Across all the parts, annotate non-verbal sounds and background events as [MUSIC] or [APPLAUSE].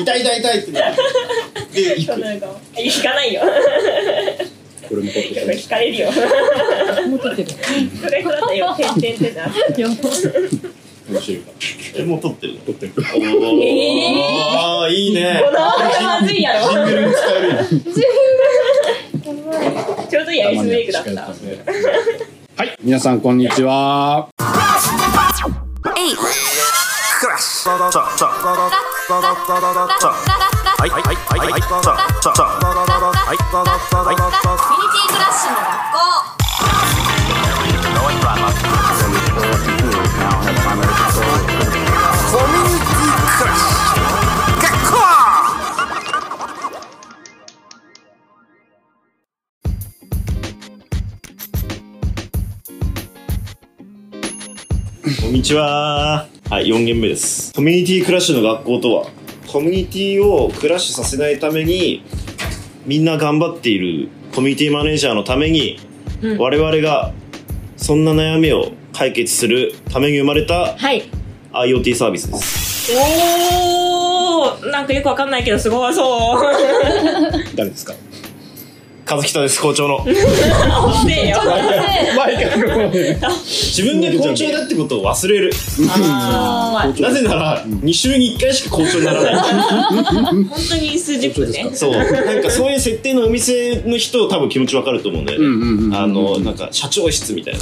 痛い痛い痛いってなるで行そくの笑顔え聞かないよこれもカこットしれます聞かれるよもう撮ってる。それだったよ点点ってなやば面白いかえもう撮ってるの撮ってるおーえあーいいねこのまずいやろジングルに使えるちょうどいいアイスブレイクだったたまには近いですねはい皆さんこんにちははいはいはいはいはいさあさあさあはいはいはいミニティクラッシュの学校こんにちは。はい、4件目です。コミュニティクラッシュの学校とは、コミュニティをクラッシュさせないために、みんな頑張っているコミュニティマネージャーのために、我々がそんな悩みを解決するために生まれたはい IoT サービスです。おーなんかよくわかんないけどすごいそう誰ですか和北です、校長の。おせえよ [LAUGHS] 前からこうね自分で校長だってことを忘れる。あなぜなら、2週に1回しか校長にならない。ー本当に数十分ね [LAUGHS] そう。なんかそういう設定のお店の人多分気持ちわかると思うんだよね。うんうんうんあの、なんか社長室みたいな。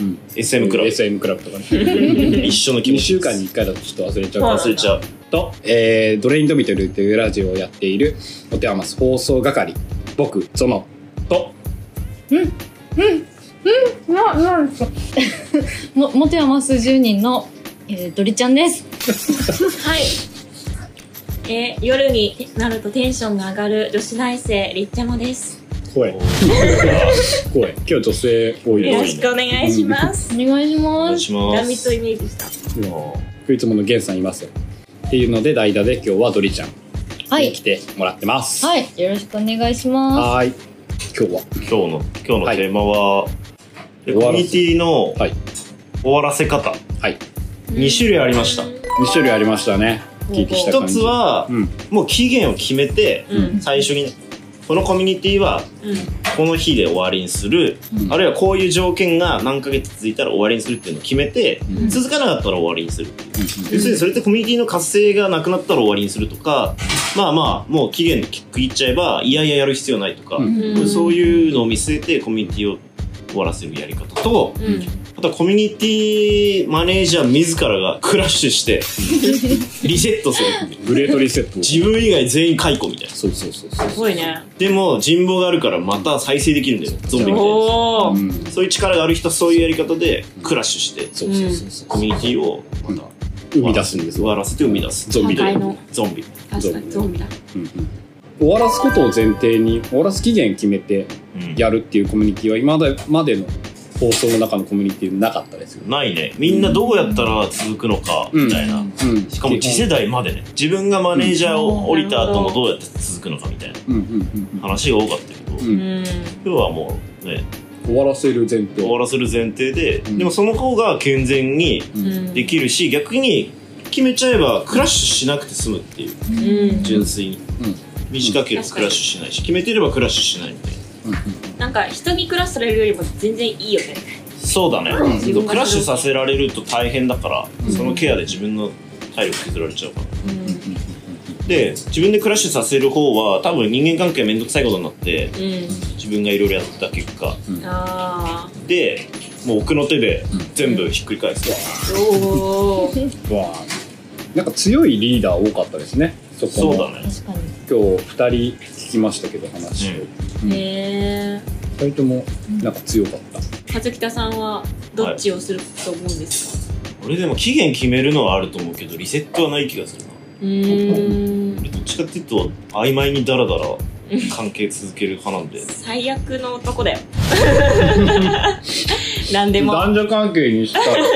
うん、 SM クラブ。 SM クラブとかね [LAUGHS] 一緒の気2持ち週です間に1回だとちょっと忘れちゃう忘れちゃうと、えードレインドミトルというラジオをやっているお手余す放送係僕そのとな、なんですか。も、もてはます十人の、えー、ドリちゃんです。はいえー夜になるとテンションが上がる女子大生りっちゃもです [LAUGHS] 声声今日女性多いよでろすしくお願いしますお願いしお願まいす。しまラミットすイメージしたいつものゲンさんいますよっていうので代打で今日はドリちゃんはにい来。てもらってますはい、よろしくお願いしまはーい今日は今日の今日のテーマは、で終わコらミせュニティのはい終わらせ方はい2種類ありました2種類ありましたね聞いてきた感一じつはうんもう期限を決めてうん最初にこのコミュニティはうんこの日で終わりにする、うんあるいはこういう条件が何ヶ月続いたら終わりにするっていうのを決めて、うん続かなかったら終わりにするうん要するにそれってコミュニティの活性がなくなったら終わりにするとかまあまあもう期限区切っちゃえばいやいややる必要ないとか、うんうんそういうのを見据えてコミュニティを終わらせるやり方とうんあとはコミュニティマネージャー自らがクラッシュ [LAUGHS] してリセットするグレートリセットを自分以外全員解雇みたいなそうそうそうそうすごいねでも人望があるからまた再生できるんだよゾンビみたいにおお、うんそういう力がある人はそういうやり方でクラッシュしてそうそうそうそうコミュニティをまた生み出すんです終わらせて生み出すゾンビ破で壊のゾンビ確かにゾンビだ終わらすことを前提に終わらす期限決めてうんやるっていうコミュニティは今までの放送の中のコミュニティなかったですよね。ないねみんなどうやったら続くのかみたいな、うん、しかも次世代までね自分がマネージャーを降りた後もどうやって続くのかみたいなうんうん話が多かったけど、うんううんん今日はもうね終わらせる前終わ提らせる前提で、んでもその方が健全にうんできるし逆に決めちゃえばクラッシュしなくて済むっていううん純粋に、ん短ければクラッシュしないし決めてればクラッシュしないみたいななんか人に暮らされるよりも全然いいよねそうだね、んそうクラッシュさせられると大変だから、そのケアで自分の体力削られちゃうから、で自分でクラッシュさせる方は多分人間関係めんどくさいことになってう自分がいろいろやった結果んああでもう奥の手で全部ひっくり返す、おおはなんか強いリーダー多かったですねそこそうのだねす。確かに。今日2人聞きましたけど話を、うんへえ2人ともなんか強かった、和北さんはどっちをすると思うんですか、俺でも期限決めるのはあると思うけどリセットはない気がするなうーん俺どっちかっていうと曖昧にダラダラ関係続ける派なんで [LAUGHS] 最悪の男 [LAUGHS] だよ何でもあ男女関係にしたら [LAUGHS]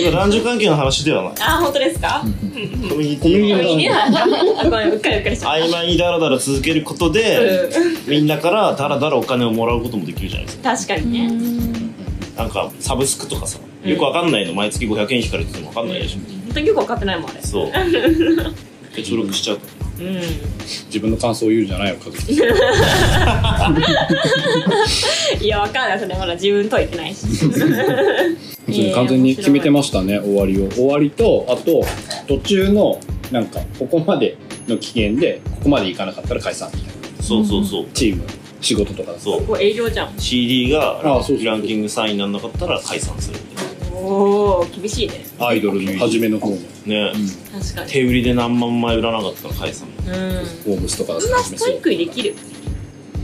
今男女関係の話ではないー本当ですかコミュニティコミュニティは意味ないあごめんうっかりうっかりした曖昧にダラダラ続けることで、みんなからダラダラお金をもらうこともできるじゃないですか確かにねなんかサブスクとかさよくわかんないの毎月500円引かれててもわかんないでしょ、本当によく分かってないもんあれそう登録しちゃううん自分の感想を言うんじゃないよ家族いやわかんないそれまだ自分解いてないし [LAUGHS] えー完全に決めてましたね終わりを終わりとあと途中のなんかここまでの期限でここまでいかなかったら解散みたいなそうそうそうチーム仕事とかだとそうここ営業じゃん CD があそうそうそうランキング3位にならなかったら解散するみたいおお厳しいねアイドルの初めの方のなね、確かに手売りで何万枚売らなかったら解散もうんホームスとかだとうまストイックにできる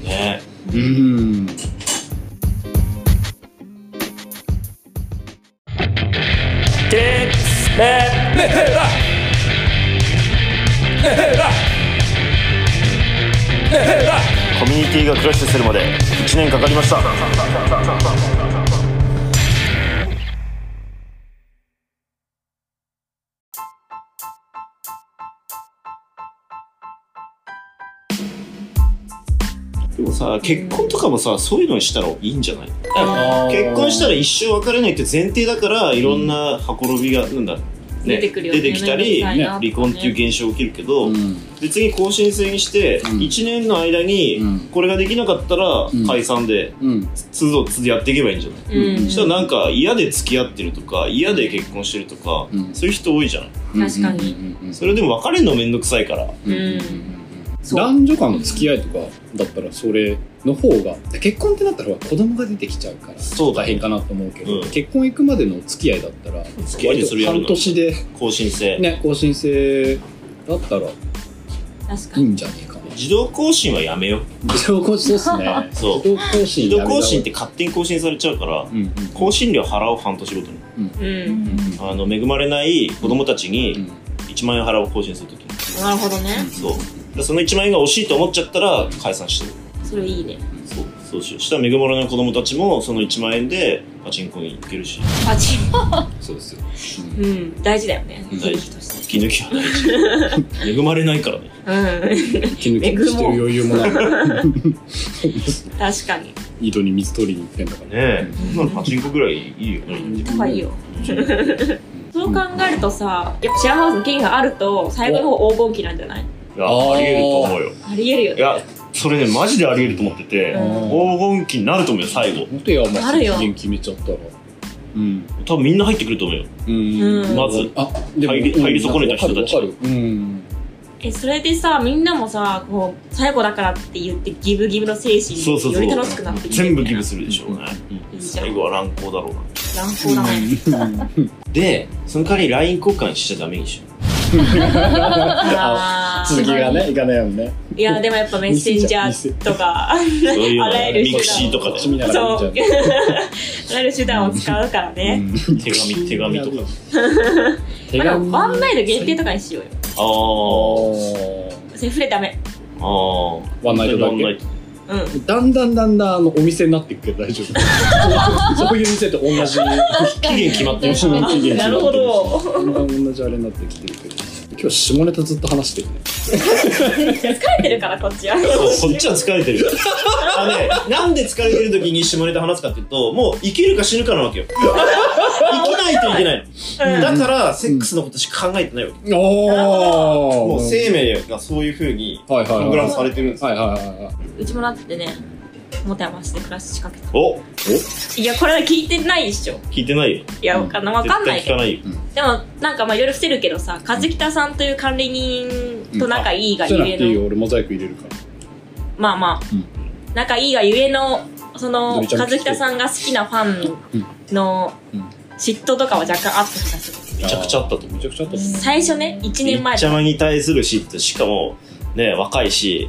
ねうんコミュニティがクラッシュするまで1年かかりましたでもさ結婚とかもさそういうのにしたらいいんじゃないあー結婚したら一生別れないって前提だからいろんな運びがなんだ、ね、出てくるよね出てきたり、面倒くさいねなとかね離婚っていう現象起きるけど、うん別に更新制にしてん1年の間にうんこれができなかったらん解散でうんつどつどやっていけばいいんじゃない、うんそしたらなんか嫌で付き合ってるとか嫌で結婚してるとか、うんそういう人多いじゃない確かにうんうんうんそれでも別れるのめんどくさいからうんそう男女間の付き合いとかだったらそれの方が結婚ってなったらほら子供が出てきちゃうからそうだね大変かなと思うけど、うん結婚行くまでのお付き合いだったら付き合いでそれやるの割と半年で、更新制、ね、更新制だったら確かいいにんじゃねえかな自動更新はやめよう自動更 [LAUGHS] 新そうっすねそう自動更新自や動めた更新って勝手に更新されちゃうからうんうん更新料払おう半年ごとにうんうあの恵まれない子供たちんに1万円払おう更新するときになるほどねそうでその1万円が惜しいと思っちゃったら解散してるそれいいねそうそうしようしたら恵まれない子供たちもその1万円でパチンコに行けるしパチそうですようん大事だよねうん利益として息抜きは大事恵まれないからねうん [LAUGHS] 気抜きしてる余裕もない確かに井戸に水取りに行ってんだからねえそんなのパチンコぐらいいいよねやっぱいいよそう考えるとさやっぱシェアハウスの金があると最後の方黄金期なんじゃないいやあーありえると思うよありえるよいやそれねマジでありえると思ってて、うん黄金期になると思うよ最後本当やお前あるよ期限決めちゃったらうん多分みんな入ってくると思うようんうんまずあでも入り入り損ねた人たちわかるわかるうんえそれでさみんなもさこう最後だからって言ってギブギブの精神そうそうでそうより楽しくなっていい全部ギブすするでしょうね、いいじゃん最後は乱行だろうな乱行だねでその代わり LINE 交換しちゃダメでしょあー続きがねいかないよねいやでもやっぱメッセンジャーとか [LAUGHS] あらそういうのゆるミクシ手ーとか段こでっち見ながら見そちうあらゆる手段を使うからゃうね、うん手紙手紙とか [LAUGHS] 手まあ、で紙もワンナイト限定とかにしようよあーセフレダメあーワンナイトだけワンナイトうんだんだんだんだんあのお店になっていくけど大丈 [LAUGHS] 夫そういう店と同じ期限決ま [LAUGHS] ってるし吉野家なるほどだんだん同じあれになってきてるけど今日下ネタずっと話してるね疲れてるからこっちはそうこっちは疲れてるあのねなんで疲れてる時に下ネタ話すかっていうともう生きるか死ぬかなわけよ生きないといけないの、だからセックスのことしか考えてないわけ、おもう生命がそういうふうにはいはいプはいログラムされてるんですよ、はいはいはいはいうちもなってねもて余して暮らし仕掛けおおたいやこれは聞いてないっしょ聞いてないよいやわかんないわかんない絶け対聞どかないよでもなんかまあいろいろ伏せるけどさ和北さんという管理人と仲いいがじゃゆなくていいえのよ俺モザイク入れるからまあまあ、うん仲いいがゆえのそのド和リちゃんも来て北さんが好きなファンのうん嫉妬とかは若干アップしたするめちゃくちゃあったと思うめちゃくちゃあった最初ね1年前ちとゃかまに対する嫉妬しかもね若いし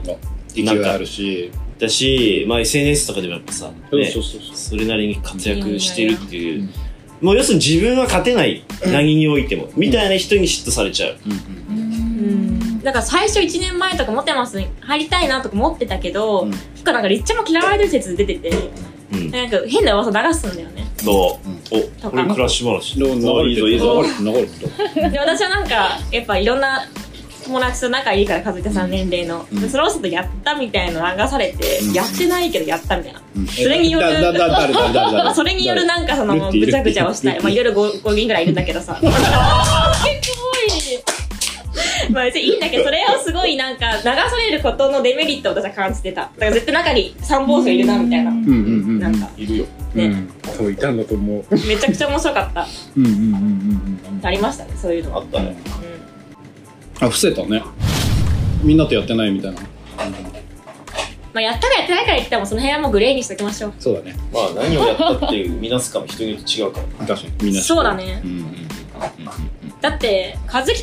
勢いあるしだし、まあ、SNS とかでもやっぱさ、ね、そうそうそうそうそれなりに活躍してるっていう、うんもう要するに自分は勝てない、何においてもみたいな人に嫉妬されちゃう、うんだから最初1年前とかモテますに入りたいなとか思ってたけど、うん結構なんかりっちゃんも嫌われてる説出ててうんなんか変な噂流すんだよねと、とおこかれクラッシュ話どうぞいいぞいいぞ流れてたで私はなんかやっぱいろんな友達と仲いいから和田さん年齢の、んでその人とやったみたいなの流されて、うんやってないけどやったみたいな、それによるだだだ誰だ誰だまあそれによるなんかそのルッティぐちゃぐちゃをしたい、まあ、いろいろ 5, 人ぐらいいるんだけどさかわいい [LAUGHS] まあ別にいいんだけどそれをすごいなんか流されることのデメリットを私は感じてただから絶対中に参謀者いるなみたいなうんうんうんうんなんかいるよ。うねん多分いたんだと思うめちゃくちゃ面白かったうんうんうんうんありましたねそういうあのはったね。うあ伏せたねみんなとやってないみたいなんまあやったかやってないから言ってたらもうその辺はもうグレーにしときましょうそうだねまあ何をやったっていう見なすかも人によって違うから。確かにみんなそうだねうんうんうんうんだって和北さ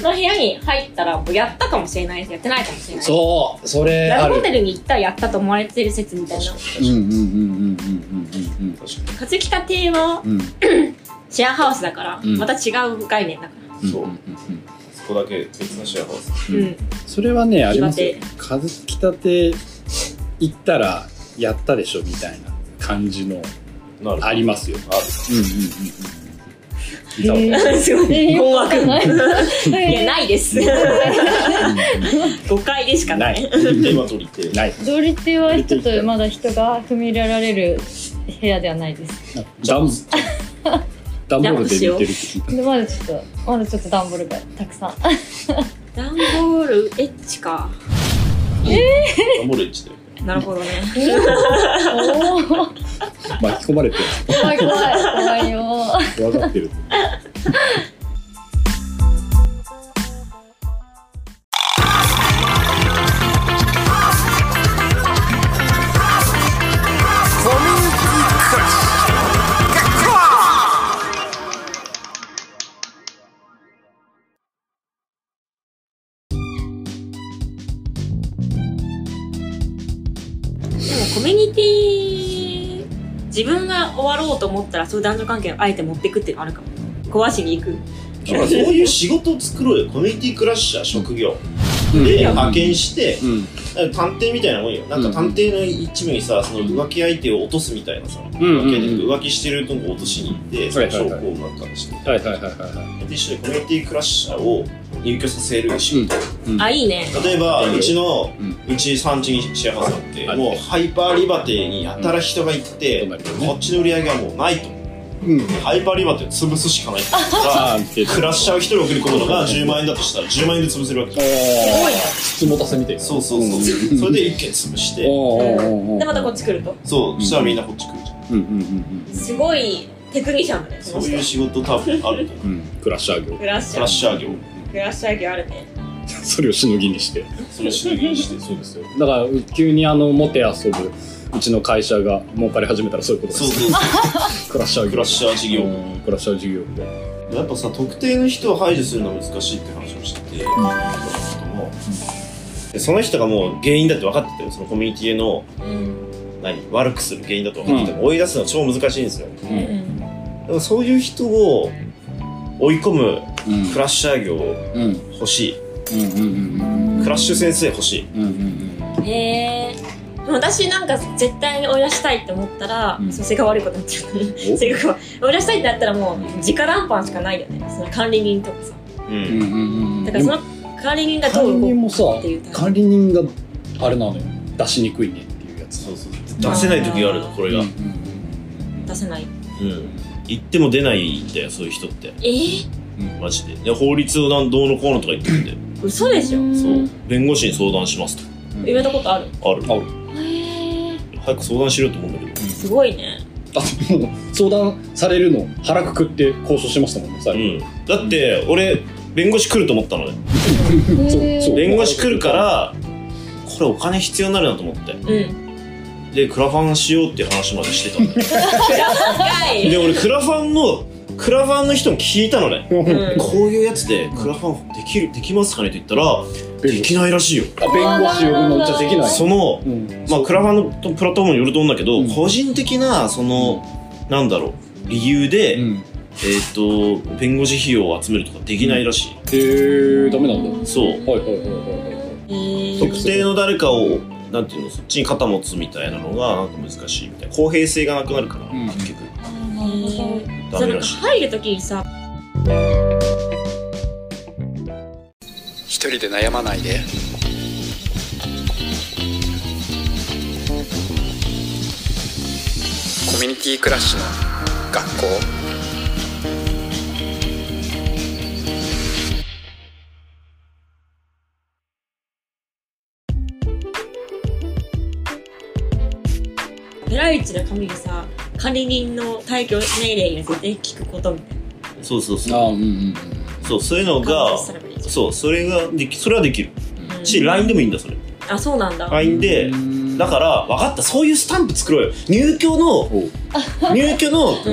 んの部屋に入ったらもうやったかもしれないしやってないかもしれないそうそれラあブホるテルに行ったらやったと思われてる説みたいなうんうんうんうんうんうん確かに。和北邸はうんうんシェアハウスだから、うんまた違う概念だからそうんうんそこだけ別のシェアハウス。ううんん、 [LAUGHS] それはねありますよ岩風来たて行ったらやったでしょみたいな感じのなるありますよあるうんうんうんうんいたわへーすごいえー困惑よくないいやないです誤解でしかなないい今取りって。ないドリテは人とまだ人が踏み入れられる部屋ではないです。ダンダンボールで見てるって聞いたでまだちょっとまだちょっと段ボールがたくさん。ダンボールエッチかダンボールエッジだよ。なるほどねおお。怖巻き込まれてい怖い怖いよ。怖がってるでもコミュニティ自分が終わろうと思ったらそういう男女関係をあえて持っていくっていうのあるかも壊しに行くだからそういう仕事を作ろうよ。コミュニティクラッシャー職業。で、派遣して、うん探偵みたいなもんよ。なんか探偵の一部にさ、その浮気相手を落とすみたいなさ、うんうんうん浮気してるとこ落としに行って、そはいのは証い拠はいをなんかして、はいはいはいはいはで一緒にコミュニティクラッシャーを入居させる仕事。いうんあいいね例えば、うちの、うんうち産地にシェアハウスがあって、あってもうハイパーリバティにやたら人が行って、うんこっちの売り上げはもうないと。うんハイパーリバティを潰すしかないって言ったあら [LAUGHS] あ見てるクラッシャーを一人送り込むのが10万円だとしたら10万円で潰せるわけおよー質持たせみたいなそうそうそう、んそれで一軒潰しておーおーおーおーでまたこっち来るとそうそしたらみんなこっち来るじゃんうんうんうんすごいテクニシャンだねそそうのいう人仕事多分あると思ううんうんクラッシャー業クラックシャラッーシャー業クラッシャー業あるねそれをしのぎにしてそれを主義にしてそうですよだから急にあのモテ遊ぶうちの会社が儲かり始めたらそういうことですそうそうそクラッシャーう業クラッシャー事業うんクラッシャー事業部でやっぱさ特定の人を排除するのは難しいって話をしてて、もでその人がもう原因だって分かってたよそのコミュニティのうん何悪くする原因だと分かってて、追い出すのは超難しいんですよううんんだからそういう人を追い込むうんクラッシャー業うん欲しいうんうんクラッシュ先生欲しいうんうんうんへえ私なんか絶対に追い出したいって思ったら、うんそう性格悪いことになっちゃう [LAUGHS] 性格は追い出したいってなったらもう直談判しかないよねその管理人とかさううんんうんうんだからその管理人がど管理う動人くもさっていうタイプ管理人があれなのよ出しにくいねっていうやつそうそう出せない時があるのこれが、ううんん出せない言っても出ないんだよそういう人ってえー、マジでで法律をなんどうのこうのとか言ってるんで嘘でしょそう弁護士に相談します言われたことあるとあるあるへえ早く相談しろと思うんだけどすごいねだってもう相談されるの腹くくって交渉しましたもんね最後うん、だって俺弁護士来ると思ったのねそうそう弁護士来るからこれお金必要になるなと思ってうんでクラファンしようっていう話までして [LAUGHS] たんだよ深いで俺クラファンのクラファンの人に聞いたのねうんこういうやつでクラファンできるできますかねって言ったらで弁護き士ないらしいよあ弁護士呼ぶのじゃできないそのうんまあクラファンのプラットフォームによると思うんだけど、うん個人的なその、なんだろう理由で、うえんっ、と弁護士費用を集めるとかできないらしい、へえー、ダメなんだそうはいはいはいはいはいえー、特定の誰かをなんていうのそっちに肩持つみたいなのがなんか難しいみたいな公平性がなくなるから、うん結局ダそメれらかしい入るときにさ一人で悩まないでコミュニティクラッシュの学校ペライチの紙にさ管理人の退去命令が絶対聞くことみたいなそうそうそうあうんうんそうそういうの感がじすればいいじゃんそうそれができそれはできるうんし LINE でもいいんだそれあそうなんだ、うん LINE でだから分かったそういうスタンプ作ろうよ入居のおう入居うん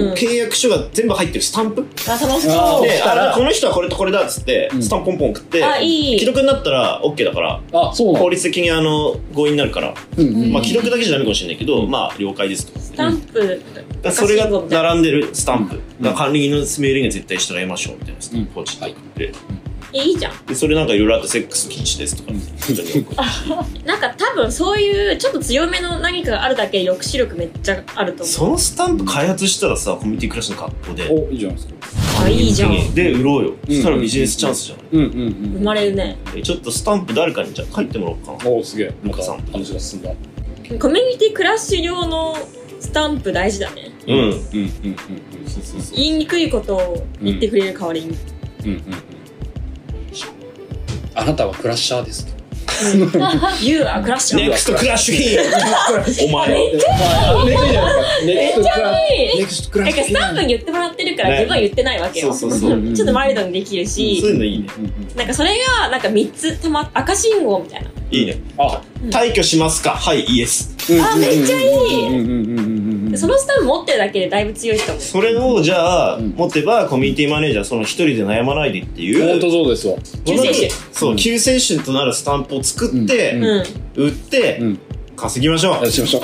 の契約書が全部入ってるスタンプあ楽しあそーうそでしたらあこの人はこれとこれだっつってうんスタンプポンポン送ってあいい既読になったら OK だからあそうな法の律的にあの合意になるからうんうんまあ既読だけじゃダメかもしれないけどまあ了解ですとスタンプだからそれがみたいな並んでるスタンプ、うんだから管理人の命令には絶対従いましょうみたいなスタンプポチッと送って、えいいじゃんでそれなんかいろいろあってセックス禁止ですとか、うん人に送るなんか多分そういうちょっと強めの何かがあるだけ抑止力めっちゃあると思そのスタンプ開発したらさコミュニティクラスの格好でおいいじゃないですかうあいいじゃんで売ろうよ、うんそしたらビジネスチャンスじゃない、うんうんうん生まれるねえちょっとスタンプ誰かにじゃあ書いてもらおうかなおおすげえなんかさん話が進んだコミュニティクラッシュ用のスタンプ大事だねうん、うんうんうんそうそうそう言いにくいことを言ってくれる代わりに、うんうんうんあなたはクラッシャーですと You are クラッシュネクストクラッシュヒ [LAUGHS] ーお前はめっちゃいいじゃないですかネクストクラめっちゃいいなんかネクストクラッシスタンプに言ってもらってるからね自分は言ってないわけよ。そうそうそうちょっとマイルドにできるそうし、いうのいいねうんうんなんかそれがなんか3つたま赤信号みたいな。いいねあ退去しますかはいイエスあめっちゃいいいそのスタンプ持ってるだけでだいぶ強いと思う。それをじゃあ、うん持てばコミュニティマネージャーその一人で悩まないでっていう本当そうですわ救世主そうう、ん救世主となるスタンプを作って、ううん。売って、うん稼ぎましょう、しましょう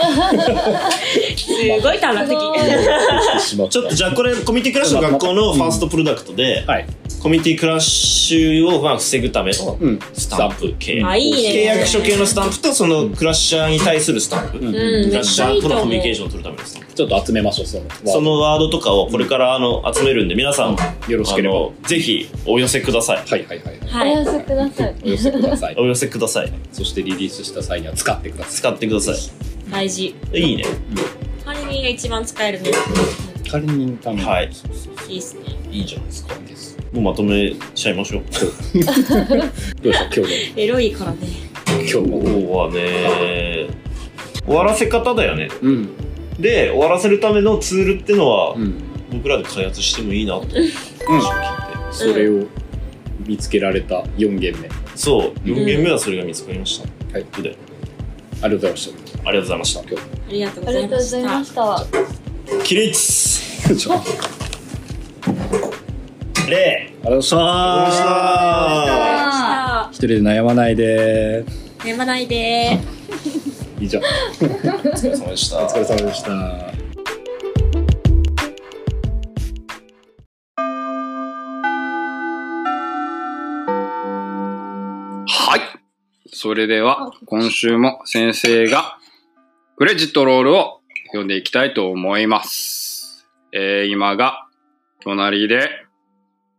すごい短絡的。ちょっとじゃあこれコミュニティクラッシュの学校のファーストプロダクトで、はいコミュニティクラッシュをまあ防ぐためのうんスタンプ系、あ、いいね。契約書系のスタンプとそのクラッシャーに対するスタンプ、ううんクん、めラッっシちャゃいーいととの思コう。ミュニケーションを取るためのスタンプちょっと集めましょうそのそのワードとかをこれからあの集めるんで皆さん、よろしあければのぜひお寄せくださいはいはいはいはおい寄。せくださいお寄せくださいお寄せくださいそしてリリースした際には使ってくださ使ってくださ大事。いいいね管理人が一番使えるね。い仮にのためにはいいいっすね。いいじゃないですかですもうまとめちゃいましょうどうでした今日エロいからね。の今日今の日はね終わらせ方だよねうんで終わらせるためのツールってのは、うん僕らで開発してもいいなと話を聞いてそれを見つけられた4件目ありそう4件目はそれが見つかりました、はいということでがとうございましたありがとうございましたありがとうあござりいがとまうござしいたま。した起立 [LAUGHS] ちょっと礼ありがとうございましたあさあ、一人で悩まないで眠らないで。以上お疲れ様でしたお疲れ様でしたはい。それでは、今週も先生が、クレジットロールを読んでいきたいと思います。えー今が、隣で、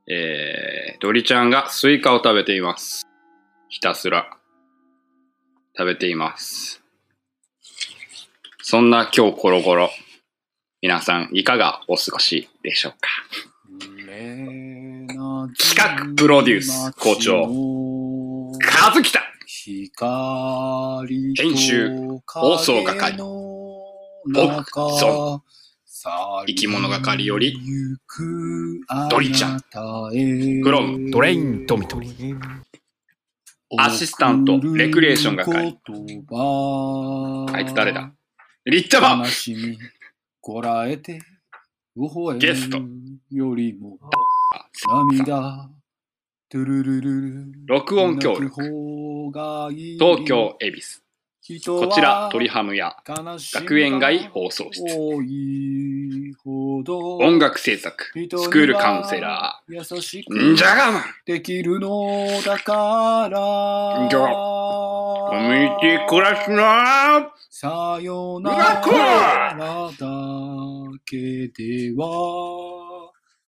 えードリちゃんがスイカを食べています。ひたすら、食べています。そんな今日コロコロ、皆さんいかがお過ごしでしょうか企企画プロデュース校長かずきた編編集放送係僕孫生生き物係よりドドリリちちゃゃんん from ドレイントミトリアアシシススタタンントトレレククリリエーエーシショョンン係係ああいいつつ誰誰だだリッチャバ悲しみこらえて微笑むゲストよりも涙トゥルルルル録音協力東東京恵比寿ここちら鳥ハムや学園街放送室音音楽制作スクールカウンセラ優しーんくじゃがまんできるのだからんじゃコミュニティクラスのさようわなこらだけでは